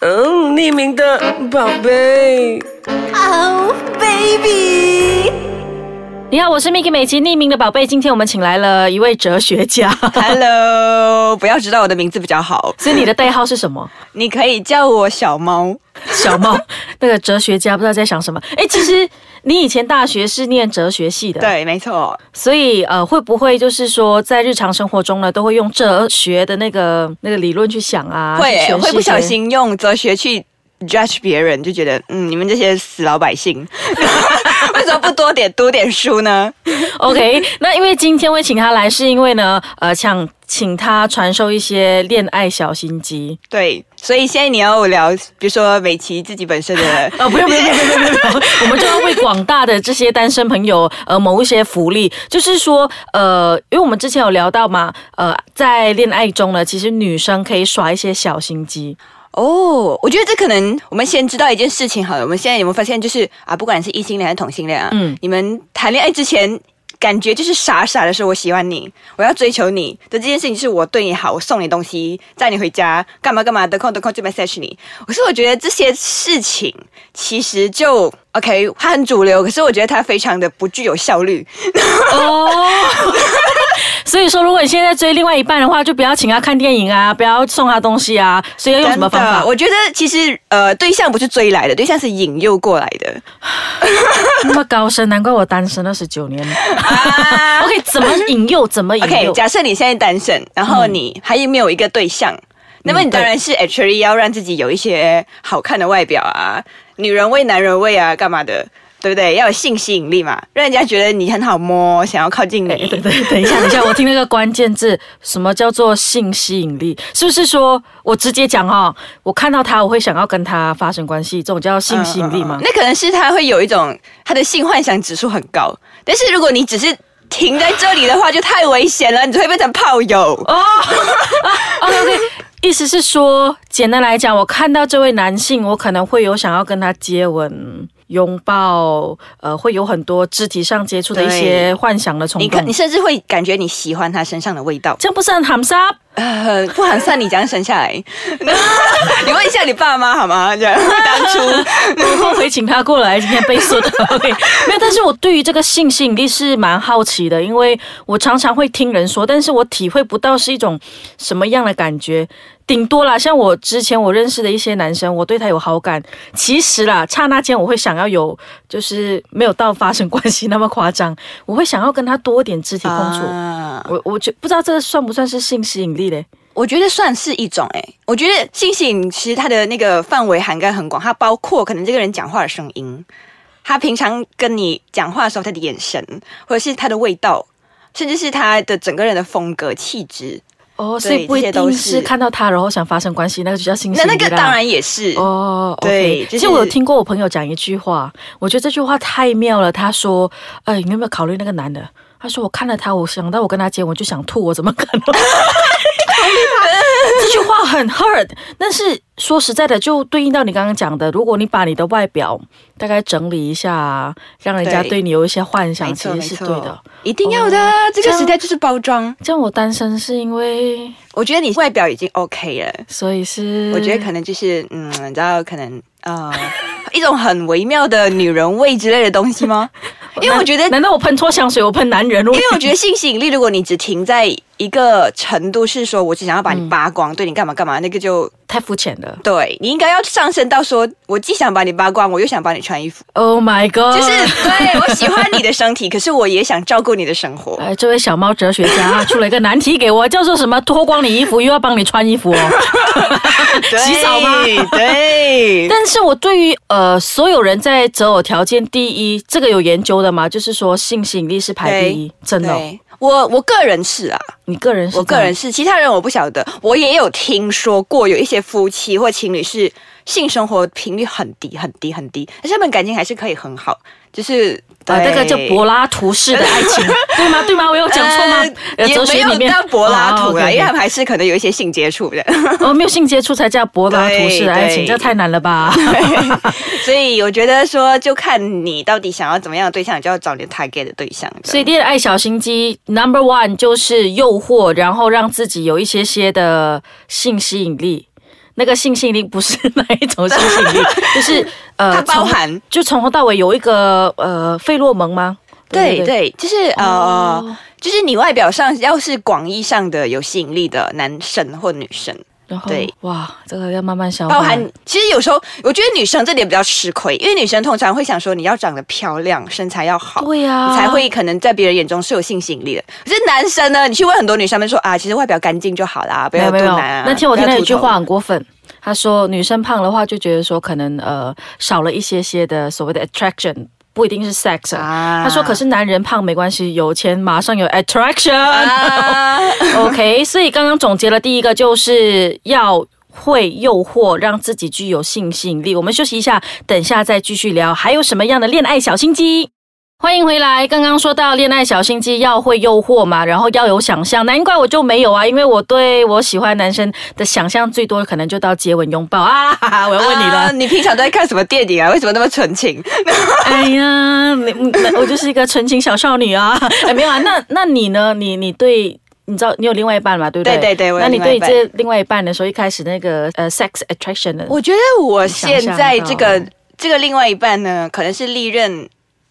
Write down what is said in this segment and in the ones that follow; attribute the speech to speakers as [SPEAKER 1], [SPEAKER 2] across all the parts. [SPEAKER 1] 嗯，匿名的宝贝。
[SPEAKER 2] Oh baby，
[SPEAKER 3] 你好，我是 Miki 美琪，匿名的宝贝。今天我们请来了一位哲学 家，
[SPEAKER 2] Hello，不要知道我的名字比较好，
[SPEAKER 3] 所以你的代号是什么？
[SPEAKER 2] 你可以叫我小猫。
[SPEAKER 3] 小猫。 那个哲学家不知道在想什么。哎，其实你以前大学是念哲学系的，，
[SPEAKER 2] 对，没错，
[SPEAKER 3] 所以呃，会不会就是说在日常生活中呢，都会用哲学的那个那个理论去想啊？
[SPEAKER 2] 会
[SPEAKER 3] 去诠释
[SPEAKER 2] 会不
[SPEAKER 3] 一些
[SPEAKER 2] 小。心用哲学去 judge 别人，就觉得嗯，你们这些死老 百姓，为什么不多点读点书呢？
[SPEAKER 3] OK，那因为今天会请他来，是因为呢，呃，想请他传授一些恋爱小心机。
[SPEAKER 2] 对，所以现在你要我聊，比如说美琪自己本身的
[SPEAKER 3] 呃，不用不用不用不用不用， 不用我们就要为广大的这些单身朋友呃谋一些福利，就是说呃，因为我们之前有聊到嘛，呃，在恋爱中呢，其实女生可以耍一些小心机，
[SPEAKER 2] 哦，我觉得这可能我们先知道一件事情好了。我们现在有没有发现，就是啊，不管是异性恋还是同性恋啊，
[SPEAKER 3] 嗯
[SPEAKER 2] 你们谈恋爱之前。感觉就是傻傻的说，我喜欢你，我要追求你的这件事情，就是我对你好，我送你东西，载你回家，干嘛干嘛，得空得空就 message 你。可是我觉得这些事情其实就 OK，它很主流，可是我觉得它非常的不具有效率。
[SPEAKER 3] 哦。 所以说，如果你现在追另外一半的话，就不要请他看电影啊，不要送他东西啊，所以要用什么方
[SPEAKER 2] 真
[SPEAKER 3] 法
[SPEAKER 2] 的？我觉得其实呃，对象不是追来的，对象是引诱过来 的。
[SPEAKER 3] 那么高深，难怪我单身二十九年 了。OK，怎么引诱？怎么引嗯诱
[SPEAKER 2] OK，假设你现在单身，然后你还没有一个对象，
[SPEAKER 3] 嗯
[SPEAKER 2] 那么你当然是 actually 要让自己有一些好看的外表啊，女人味、男人味啊，干嘛的，对不对？要有性吸引力嘛，让人家觉得你很好摸，想要靠近
[SPEAKER 3] 哎，等
[SPEAKER 2] 你。
[SPEAKER 3] 等等一下，等一下，我听那个关键字，什么叫做性吸引力？是不是说我直接讲哈、我看到他，我会想要跟他发生关系，这种叫性吸引力吗？
[SPEAKER 2] 嗯那可能是他会有一种他的性幻想指数很高，但是如果你只是停在这里的话，就太危险了，你就会变成炮友。
[SPEAKER 3] 哦、o k OK，意思是说，简单来讲，我看到这位男性，我可能会有想要跟他接吻、拥抱，呃，会有很多肢体上接触的一些幻想的冲
[SPEAKER 2] 你看，你
[SPEAKER 3] 动。
[SPEAKER 2] 甚至会感觉你喜欢他身上的味道。
[SPEAKER 3] 这样不是很含沙？
[SPEAKER 2] 呃，不含算你这样生下来， 你问一下你爸妈好吗？这样当初
[SPEAKER 3] 我后悔请他过来，今天被说的 OK。没有，但是我对于这个性吸引力是蛮好奇的，因为我常常会听人说，但是我体会不到是一种什么样的感觉。顶多啦，像我之前我认识的一些男生，我对他有好感，其实啦，刹那间我会想要有，就是没有到发生关系那么夸张，我会想要跟他多一点肢体碰触。
[SPEAKER 2] 啊，
[SPEAKER 3] 我我觉不知道这个算不算是性吸引力嘞？
[SPEAKER 2] 我觉得算是一种哎、我觉得性吸引其实它的那个范围涵盖很广，它包括可能这个人讲话的声音，他平常跟你讲话的时候他的眼神，或者是他的味道，甚至是他的整个人的风格气质。
[SPEAKER 3] 哦，所以
[SPEAKER 2] 对
[SPEAKER 3] 不一
[SPEAKER 2] 这些都
[SPEAKER 3] 定
[SPEAKER 2] 是
[SPEAKER 3] 是看到他然后想发生关系，那个就叫性吸
[SPEAKER 2] 那
[SPEAKER 3] 引力
[SPEAKER 2] 那
[SPEAKER 3] 啦。
[SPEAKER 2] 个当然也是，
[SPEAKER 3] 啊哦，OK
[SPEAKER 2] 对就是
[SPEAKER 3] 其实我有听过我朋友讲一句话，我觉得这句话太妙了。他说：“哎，你有没有考虑那个男的？”他说：“我看了他，我想到我跟他接吻，我就想吐，我怎么可 能？”这句话很 hurt，但是说实在的，就对应到你刚刚讲的，如果你把你的外表大概整理一下，让人家
[SPEAKER 2] 对
[SPEAKER 3] 对你有一些幻想，
[SPEAKER 2] 没
[SPEAKER 3] 其
[SPEAKER 2] 错
[SPEAKER 3] 实
[SPEAKER 2] 没
[SPEAKER 3] 是
[SPEAKER 2] 错，
[SPEAKER 3] 对的。，哦
[SPEAKER 2] 一定要的啊，这个时代就是包装。
[SPEAKER 3] 这样我单身是因为，
[SPEAKER 2] 我觉得你外表已经 OK 了。
[SPEAKER 3] 所以是
[SPEAKER 2] 我觉得可能就是，嗯，你知道，可能呃，一种很微妙的女人味之类的东 西吗？因为我觉得，因
[SPEAKER 3] 难道我喷错香水，我喷男人？因
[SPEAKER 2] 为我觉得性吸引力，如果你只停在一个程度，是说我只想要把
[SPEAKER 3] 嗯
[SPEAKER 2] 你扒光，对你干嘛干嘛，那个就
[SPEAKER 3] 太肤浅了。
[SPEAKER 2] 对你应该要上升到说，我既想把你扒光，我又想帮你穿衣服，
[SPEAKER 3] Oh my god！
[SPEAKER 2] 就是对我喜欢你的身体，可是我也想照顾你的生活。
[SPEAKER 3] 哎，这位小猫哲学家啊出了一个难题给我，叫做什么？脱光你衣服又要帮你穿衣服 哦，洗澡吗？
[SPEAKER 2] 对对，
[SPEAKER 3] 但是我对于呃所有人在择偶条件第一，这个有研究的吗？就是说性吸引力是排第一， 真的哦、
[SPEAKER 2] 对我我个人是啊，
[SPEAKER 3] 你个人是这
[SPEAKER 2] 我
[SPEAKER 3] 样？
[SPEAKER 2] 个人是，其他人我不晓得。我也有听说过有一些夫妻或情侣是性生活频率很低、很低、很低，但是他们感情还是可以很好，就是
[SPEAKER 3] 啊，
[SPEAKER 2] 对
[SPEAKER 3] 那个叫柏拉图式的爱 情，对吗？对吗？我有讲错吗？
[SPEAKER 2] 呃
[SPEAKER 3] 呃
[SPEAKER 2] 也
[SPEAKER 3] 哲
[SPEAKER 2] 没
[SPEAKER 3] 学里
[SPEAKER 2] 有
[SPEAKER 3] 面
[SPEAKER 2] 到柏拉
[SPEAKER 3] 哦
[SPEAKER 2] 图啦，啊
[SPEAKER 3] ，OK，OK
[SPEAKER 2] 因为他们还是可能有一些性接触的，
[SPEAKER 3] 哦，没有性接触才叫柏拉图式的爱情，
[SPEAKER 2] 对
[SPEAKER 3] 这太难了吧？
[SPEAKER 2] 所以我觉得说，就看你到底想要怎么样的对象，你就要找你 target 的对象。
[SPEAKER 3] 所以恋爱小心机 number one 就是诱惑，然后让自己有一些些的性吸引力。那个性吸引力不是那一种性吸 引力，就是呃，
[SPEAKER 2] 它包
[SPEAKER 3] 从
[SPEAKER 2] 含
[SPEAKER 3] 就从头到尾有一个呃费洛蒙吗？
[SPEAKER 2] 对
[SPEAKER 3] 不
[SPEAKER 2] 对，就是
[SPEAKER 3] 哦
[SPEAKER 2] 呃，就是你外表上要是广义上的有吸引力的男生或女生，
[SPEAKER 3] 然后
[SPEAKER 2] 对
[SPEAKER 3] 哇，这个要慢慢消化。
[SPEAKER 2] 包含其实有时候我觉得女生这点比较吃亏，因为女生通常会想说你要长得漂亮，身材要好，
[SPEAKER 3] 对啊呀、
[SPEAKER 2] 你才会可能在别人眼中是有性吸引力的。可是男生呢，你去问很多女生，他们说啊，其实外表干净就好啦，不
[SPEAKER 3] 没有
[SPEAKER 2] 要肚
[SPEAKER 3] 没有。
[SPEAKER 2] 腩啊。
[SPEAKER 3] 那天我
[SPEAKER 2] 不
[SPEAKER 3] 听
[SPEAKER 2] 要
[SPEAKER 3] 到
[SPEAKER 2] 秃
[SPEAKER 3] 一句
[SPEAKER 2] 头
[SPEAKER 3] 话，很过分，他说女生胖的话就觉得说可能呃少了一些些的所谓的 attraction，不一定是 sex
[SPEAKER 2] 啊
[SPEAKER 3] 他说可是男人胖没关系，有钱马上有 attraction。
[SPEAKER 2] 啊，
[SPEAKER 3] 呃 OK，所以刚刚总结了第一个就是要。会诱惑，让自己具有性吸引力。我们休息一下，等下再继续聊，还有什么样的恋爱小心机？欢迎回来。刚刚说到恋爱小心机要会诱惑嘛，然后要有想象，难怪我就没有啊，因为我对我喜欢男生的想象最多可能就到接吻拥抱啊。哈哈，我要问你了，
[SPEAKER 2] 啊你平常都在看什么电影啊？为什么那么纯 情？
[SPEAKER 3] 哎呀，你你我就是一个纯情小少女啊！ 哎，没有啊，那那你呢？你你对，你知道你有另外一半嘛？对不对？
[SPEAKER 2] 对对对我有
[SPEAKER 3] 那你
[SPEAKER 2] 另外
[SPEAKER 3] 对
[SPEAKER 2] 一半
[SPEAKER 3] 这另外一半的时候，一开始那个呃，sex attraction 的，
[SPEAKER 2] 我觉得我现在
[SPEAKER 3] 你想
[SPEAKER 2] 这
[SPEAKER 3] 象到
[SPEAKER 2] 个这个另外一半呢，可能是历任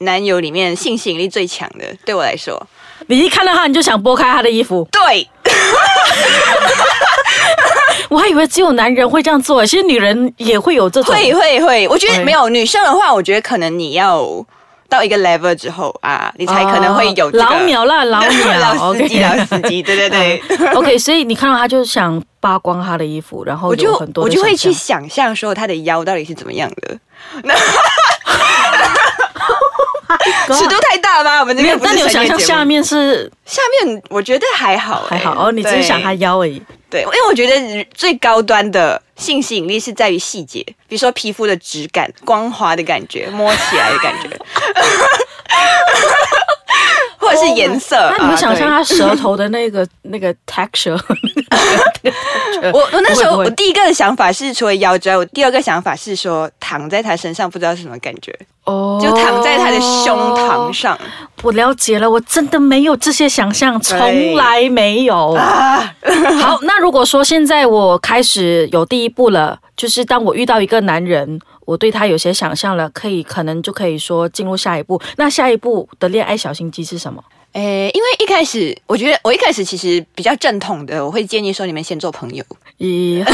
[SPEAKER 2] 男友里面性吸引力最强的，对我来说，
[SPEAKER 3] 你一看到他你就想拨开他的衣服，
[SPEAKER 2] 对，
[SPEAKER 3] 我还以为只有男人会这样做，其实女人也会有这种。
[SPEAKER 2] 会会会，我觉
[SPEAKER 3] 会
[SPEAKER 2] 得没有女生的话，我觉得可能你要到一个 level 之后啊，你才可能会有、这个
[SPEAKER 3] 哦老 秒啦，老秒，
[SPEAKER 2] 老司机，
[SPEAKER 3] OK 嗯
[SPEAKER 2] 老司机，对 对对。
[SPEAKER 3] OK，所以你看到他就想扒光他的衣服，然后
[SPEAKER 2] 我就
[SPEAKER 3] 有很多
[SPEAKER 2] 我
[SPEAKER 3] 的
[SPEAKER 2] 就会
[SPEAKER 3] 想
[SPEAKER 2] 去
[SPEAKER 3] 象
[SPEAKER 2] 想象说他的腰到底是怎么样的，尺度太大吗？我们这
[SPEAKER 3] 没有
[SPEAKER 2] 边，不
[SPEAKER 3] 那
[SPEAKER 2] 是
[SPEAKER 3] 你有
[SPEAKER 2] 深
[SPEAKER 3] 想
[SPEAKER 2] 夜
[SPEAKER 3] 象
[SPEAKER 2] 节目
[SPEAKER 3] 下面是
[SPEAKER 2] 下面我觉得还好、
[SPEAKER 3] 还
[SPEAKER 2] 欸
[SPEAKER 3] 好哦，你只是想他
[SPEAKER 2] 对
[SPEAKER 3] 腰而已。
[SPEAKER 2] 对，因为我觉得最高端的性吸引力是在于细节，比如说皮肤的质感、光滑的感觉、摸起来的感觉， 或者是颜色。
[SPEAKER 3] 那你
[SPEAKER 2] 啊
[SPEAKER 3] 会想象？
[SPEAKER 2] 对
[SPEAKER 3] 他舌头的那个 那个 texture？
[SPEAKER 2] 我我那时
[SPEAKER 3] 呃不会
[SPEAKER 2] 候
[SPEAKER 3] 不会
[SPEAKER 2] 我第一个的想法是除了腰之外，我第二个想法是说躺在他身上不知道是什么感觉，
[SPEAKER 3] 哦
[SPEAKER 2] 就躺在他的胸膛。上
[SPEAKER 3] 我了解了，我真的没有这些想象，从来没有。
[SPEAKER 2] 啊，
[SPEAKER 3] 好，那如果说现在我开始有第一步了，就是当我遇到一个男人，我对他有些想象了，可以可能就可以说进入下一步。那下一步的恋爱小心机是什么？
[SPEAKER 2] 诶，因为一开始我觉得我一开始其实比较正统的，我会建议说你们先做朋友，
[SPEAKER 3] 以后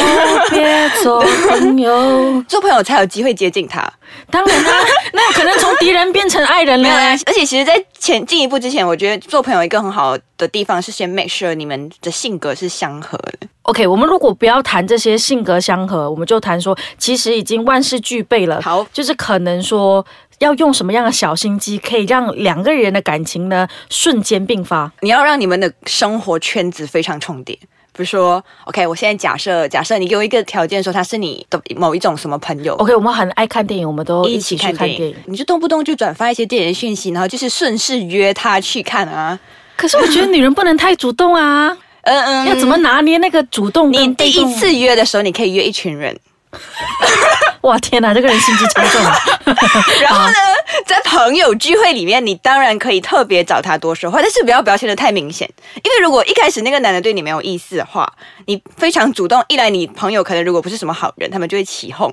[SPEAKER 3] 别做朋友。
[SPEAKER 2] 做朋友才有机会接近他。
[SPEAKER 3] 当然啦、那可能从敌人变成爱人了
[SPEAKER 2] 没有
[SPEAKER 3] 欸。
[SPEAKER 2] 啦，而且其实，在前进一步之前，我觉得做朋友一个很好的地方是先 make sure 你们的性格是相合的。
[SPEAKER 3] OK，我们如果不要谈这些性格相合，我们就谈说，其实已经万事俱备了。
[SPEAKER 2] 好
[SPEAKER 3] 就是可能说要用什么样的小心机，可以让两个人的感情呢瞬间并发。
[SPEAKER 2] 你要让你们的生活圈子非常重叠。比如说，OK，我现在假设，假设你给我一个条件，说他是你的某一种什么朋友
[SPEAKER 3] OK，我们很爱看电哦影，我们都一
[SPEAKER 2] 哦一
[SPEAKER 3] 起
[SPEAKER 2] 起
[SPEAKER 3] 去
[SPEAKER 2] 看
[SPEAKER 3] 看
[SPEAKER 2] 电
[SPEAKER 3] 电
[SPEAKER 2] 影
[SPEAKER 3] 影。，
[SPEAKER 2] 你就动不动就转发一些电影讯息，然后就是顺势约他去看啊。
[SPEAKER 3] 可是我觉得女人不能太主动啊，
[SPEAKER 2] 嗯嗯，
[SPEAKER 3] 要怎么拿捏那个主动
[SPEAKER 2] 你
[SPEAKER 3] 跟
[SPEAKER 2] 第
[SPEAKER 3] 被动？
[SPEAKER 2] 一次约的时候，你可以约一群人，
[SPEAKER 3] 哇天哪，这个人心机超重 啊。
[SPEAKER 2] 然后呢，在朋友聚会里面，你当然可以特别找他多说话，但是不要表现的太明显，因为如果一开始那个男的对你没有意思的话，你非常主动，一来你朋友可能如果不是什么好人，他们就会起哄，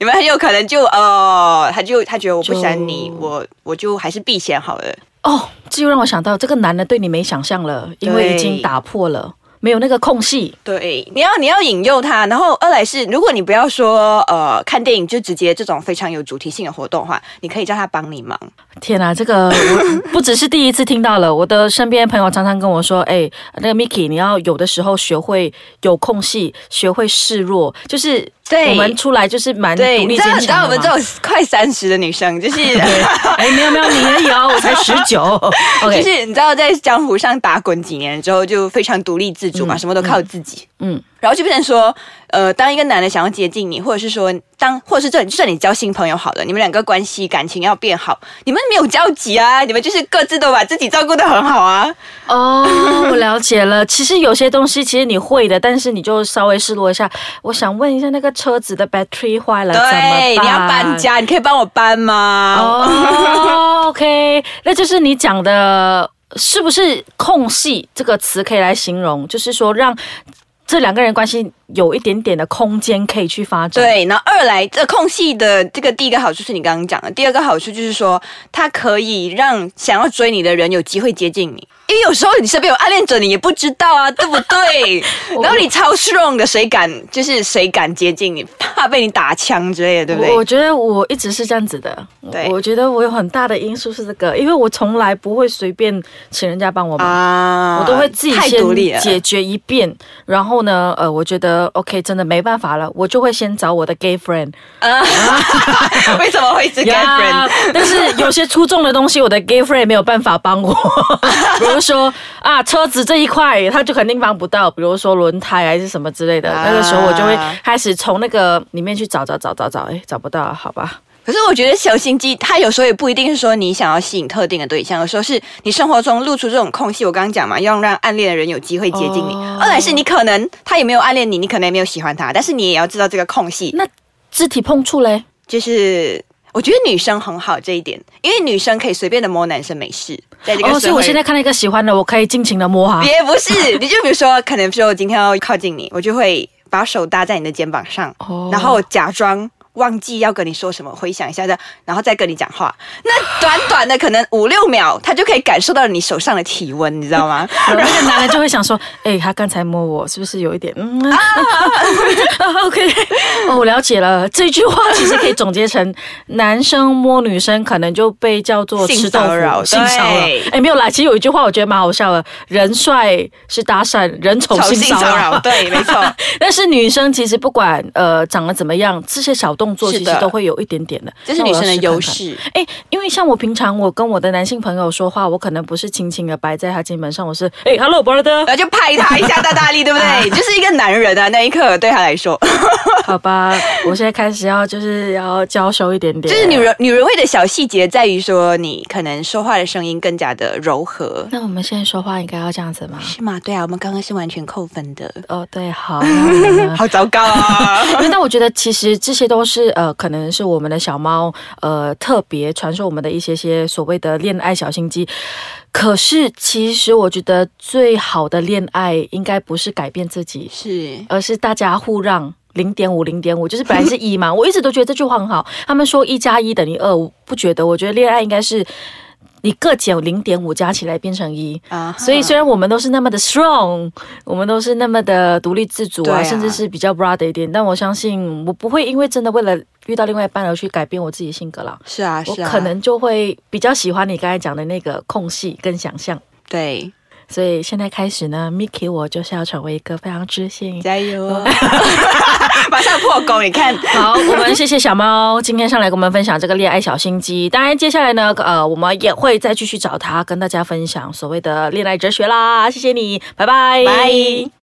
[SPEAKER 2] 你们很有可能就哦，他就他觉得我不喜欢你
[SPEAKER 3] 就，
[SPEAKER 2] 我我就还是避嫌好了。
[SPEAKER 3] 哦，这就让我想到，这个男的对你没想象了，因为已经打破了，没有那个空隙。
[SPEAKER 2] 对，你要你要引诱他，然后二来是，如果你不要说呃看电影就直接这种非常有主题性的活动的话，你可以叫他帮你忙。
[SPEAKER 3] 天啊，这个我 不只是第一次听到了，我的身边朋友常常跟我说，哎，那个 Miki，你要有的时候学会有空隙，学会示弱，就是
[SPEAKER 2] 对
[SPEAKER 3] 我们出来就是蛮独
[SPEAKER 2] 对，
[SPEAKER 3] 立
[SPEAKER 2] 你知道
[SPEAKER 3] 坚
[SPEAKER 2] 你知道
[SPEAKER 3] 强
[SPEAKER 2] 我
[SPEAKER 3] 的
[SPEAKER 2] 们这
[SPEAKER 3] 嘛。
[SPEAKER 2] 种快三十的女生，就是
[SPEAKER 3] 哎，没有没有，你也有，我才十 九。OK，
[SPEAKER 2] 就是你知道，在江湖上打滚几年之后，就非常独立自主嘛，什么都靠自己。
[SPEAKER 3] 嗯，
[SPEAKER 2] 然后就变成说，呃，当一个男的想要接近你，或者是说当，或者是这就算你交新朋友好了，你们两个关系感情要变好，你们没有交集啊，你们就是各自都把自己照顾得很好啊。
[SPEAKER 3] 哦，我了解了。其实有些东西其实你会的，但是你就稍微示弱一下。我想问一下，那个车子的 battery 坏了怎么办？
[SPEAKER 2] 对，你要搬家，你可以帮我搬吗？
[SPEAKER 3] 哦，OK，那就是你讲的，是不是“空隙”这个词可以来形容？就是说让这两个人关系有一点点的空间可以去发展。，
[SPEAKER 2] 对，然后二来这空隙的这个第一个好处是你刚刚讲的，第二个好处就是说，它可以让想要追你的人有机会接近你，因为有时候你身边有暗恋者，你也不知道啊，对不 对？然后你超 strong 的，谁敢就是谁敢接近你，怕被你打枪之类的，对不
[SPEAKER 3] 我我
[SPEAKER 2] 对？
[SPEAKER 3] 觉得我一直是这样子的。
[SPEAKER 2] 对
[SPEAKER 3] 我我觉得我有很大的因素是这个，因为我从来不会随便请人家帮我忙。
[SPEAKER 2] 啊
[SPEAKER 3] 我都会自己
[SPEAKER 2] 太独立
[SPEAKER 3] 先
[SPEAKER 2] 了，
[SPEAKER 3] 解决一遍，然后呢，呃，我觉得 OK，真的没办法了，我就会先找我的 gay friend。
[SPEAKER 2] 啊 为什么会一 直 girlfriend？
[SPEAKER 3] 呀 但是有些出众的东西，我的 gay friend 没有办法 帮我。比如说啊，车子这一块，他就肯定帮不到。比如说轮胎还是什么之类的，
[SPEAKER 2] 啊
[SPEAKER 3] 那个时候我就会开始从那个里面去找找找找找，哎，找不到，好吧。
[SPEAKER 2] 可是我觉得小心机，它有时候也不一定是说你想要吸引特定的对象，有时候是你生活中露出这种空隙。我刚刚讲嘛，要让暗恋的人有机会接近你。
[SPEAKER 3] 哦
[SPEAKER 2] 二来是你可能他也没有暗恋你，你可能也没有喜欢他，但是你也要知道这个空隙，
[SPEAKER 3] 那肢体碰触嘞？
[SPEAKER 2] 就是。我觉得女生很好这一点，因为女生可以随便的摸男生没事，在这个社会。
[SPEAKER 3] 哦，所以我现在看到一个喜欢的，我可以尽情的摸哈。
[SPEAKER 2] 也 不是，你就比如说，可能说我今天要靠近你，我就会把手搭在你的肩膀上，
[SPEAKER 3] 哦
[SPEAKER 2] 然后假装忘记要跟你说什么，回想一下的，然后再跟你讲话。那短短的可能五六秒，他就可以感受到你手上的体温，你知 道吗？
[SPEAKER 3] 然后那个男的就会想 说，哎、他刚才摸我，是不是有一点嗯啊啊？OK，哦，我了解了。这句话其实可以总结成，男生摸女生可能就被叫做
[SPEAKER 2] 性
[SPEAKER 3] 吃豆
[SPEAKER 2] 骚扰
[SPEAKER 3] 腐、性骚扰。哎
[SPEAKER 2] 对、
[SPEAKER 3] 没有啦，其实有一句话我觉得蛮好笑的，人帅是搭讪，人丑
[SPEAKER 2] 手
[SPEAKER 3] 性骚扰。
[SPEAKER 2] 对，没错。
[SPEAKER 3] 但是女生其实不管呃长得怎么样，这些小动作
[SPEAKER 2] 是
[SPEAKER 3] 其
[SPEAKER 2] 的
[SPEAKER 3] 实都会有一点点的，
[SPEAKER 2] 这是
[SPEAKER 3] 那我
[SPEAKER 2] 女
[SPEAKER 3] 要
[SPEAKER 2] 生的
[SPEAKER 3] 试看
[SPEAKER 2] 优
[SPEAKER 3] 看
[SPEAKER 2] 势。
[SPEAKER 3] 哎，因为像我平常我跟我的男性朋友说话，我可能不是轻轻的摆在他肩膀上，我是哎，hello brother，
[SPEAKER 2] 然后就拍他一下大大力，对不对？就是一个男人啊，那一刻对他 来说，
[SPEAKER 3] 好吧，我现在开始要就是要娇羞一点点，
[SPEAKER 2] 就是女。人女人味的小细节在于说，你可能说话的声音更加的柔和，
[SPEAKER 3] 那我们现在说话应该要这样子吗？
[SPEAKER 2] 是吗？对啊，我们刚刚是完全扣分的。
[SPEAKER 3] 哦，对，好。 好
[SPEAKER 2] 好糟糕啊！
[SPEAKER 3] 那我觉得其实这些都是呃，可能是我们的小猫呃特别传授我们的一些些所谓的恋爱小心机。可是其实我觉得最好的恋爱应该不是改变自己，
[SPEAKER 2] 是
[SPEAKER 3] 而是大家互让。零点五，零点五，就是本来是一嘛， 我一直都觉得这句话很好。他们说一加一等于二，我不觉得。我觉得恋爱应该是你各减零点五，加起来变成一。
[SPEAKER 2] 啊哈
[SPEAKER 3] 所以虽然我们都是那么的 strong，我们都是那么的独立自主啊，
[SPEAKER 2] 对啊
[SPEAKER 3] 甚至是比较 brother 一点，但我相信我不会因为真的为了遇到另外一半而去改变我自己性格啦。
[SPEAKER 2] 是啊，
[SPEAKER 3] 我
[SPEAKER 2] 是啊，
[SPEAKER 3] 可能就会比较喜欢你刚才讲的那个空隙跟想象。
[SPEAKER 2] 对，
[SPEAKER 3] 所以现在开始呢，Miki 我就是要成为一个非常知性、
[SPEAKER 2] 加油哦！ 马上破功，你看，
[SPEAKER 3] 好，我们谢谢小猫今天上来跟我们分享这个恋爱小心机。当然，接下来呢，呃，我们也会再继续找他跟大家分享所谓的恋爱哲学啦。谢谢你，拜拜，
[SPEAKER 2] 拜。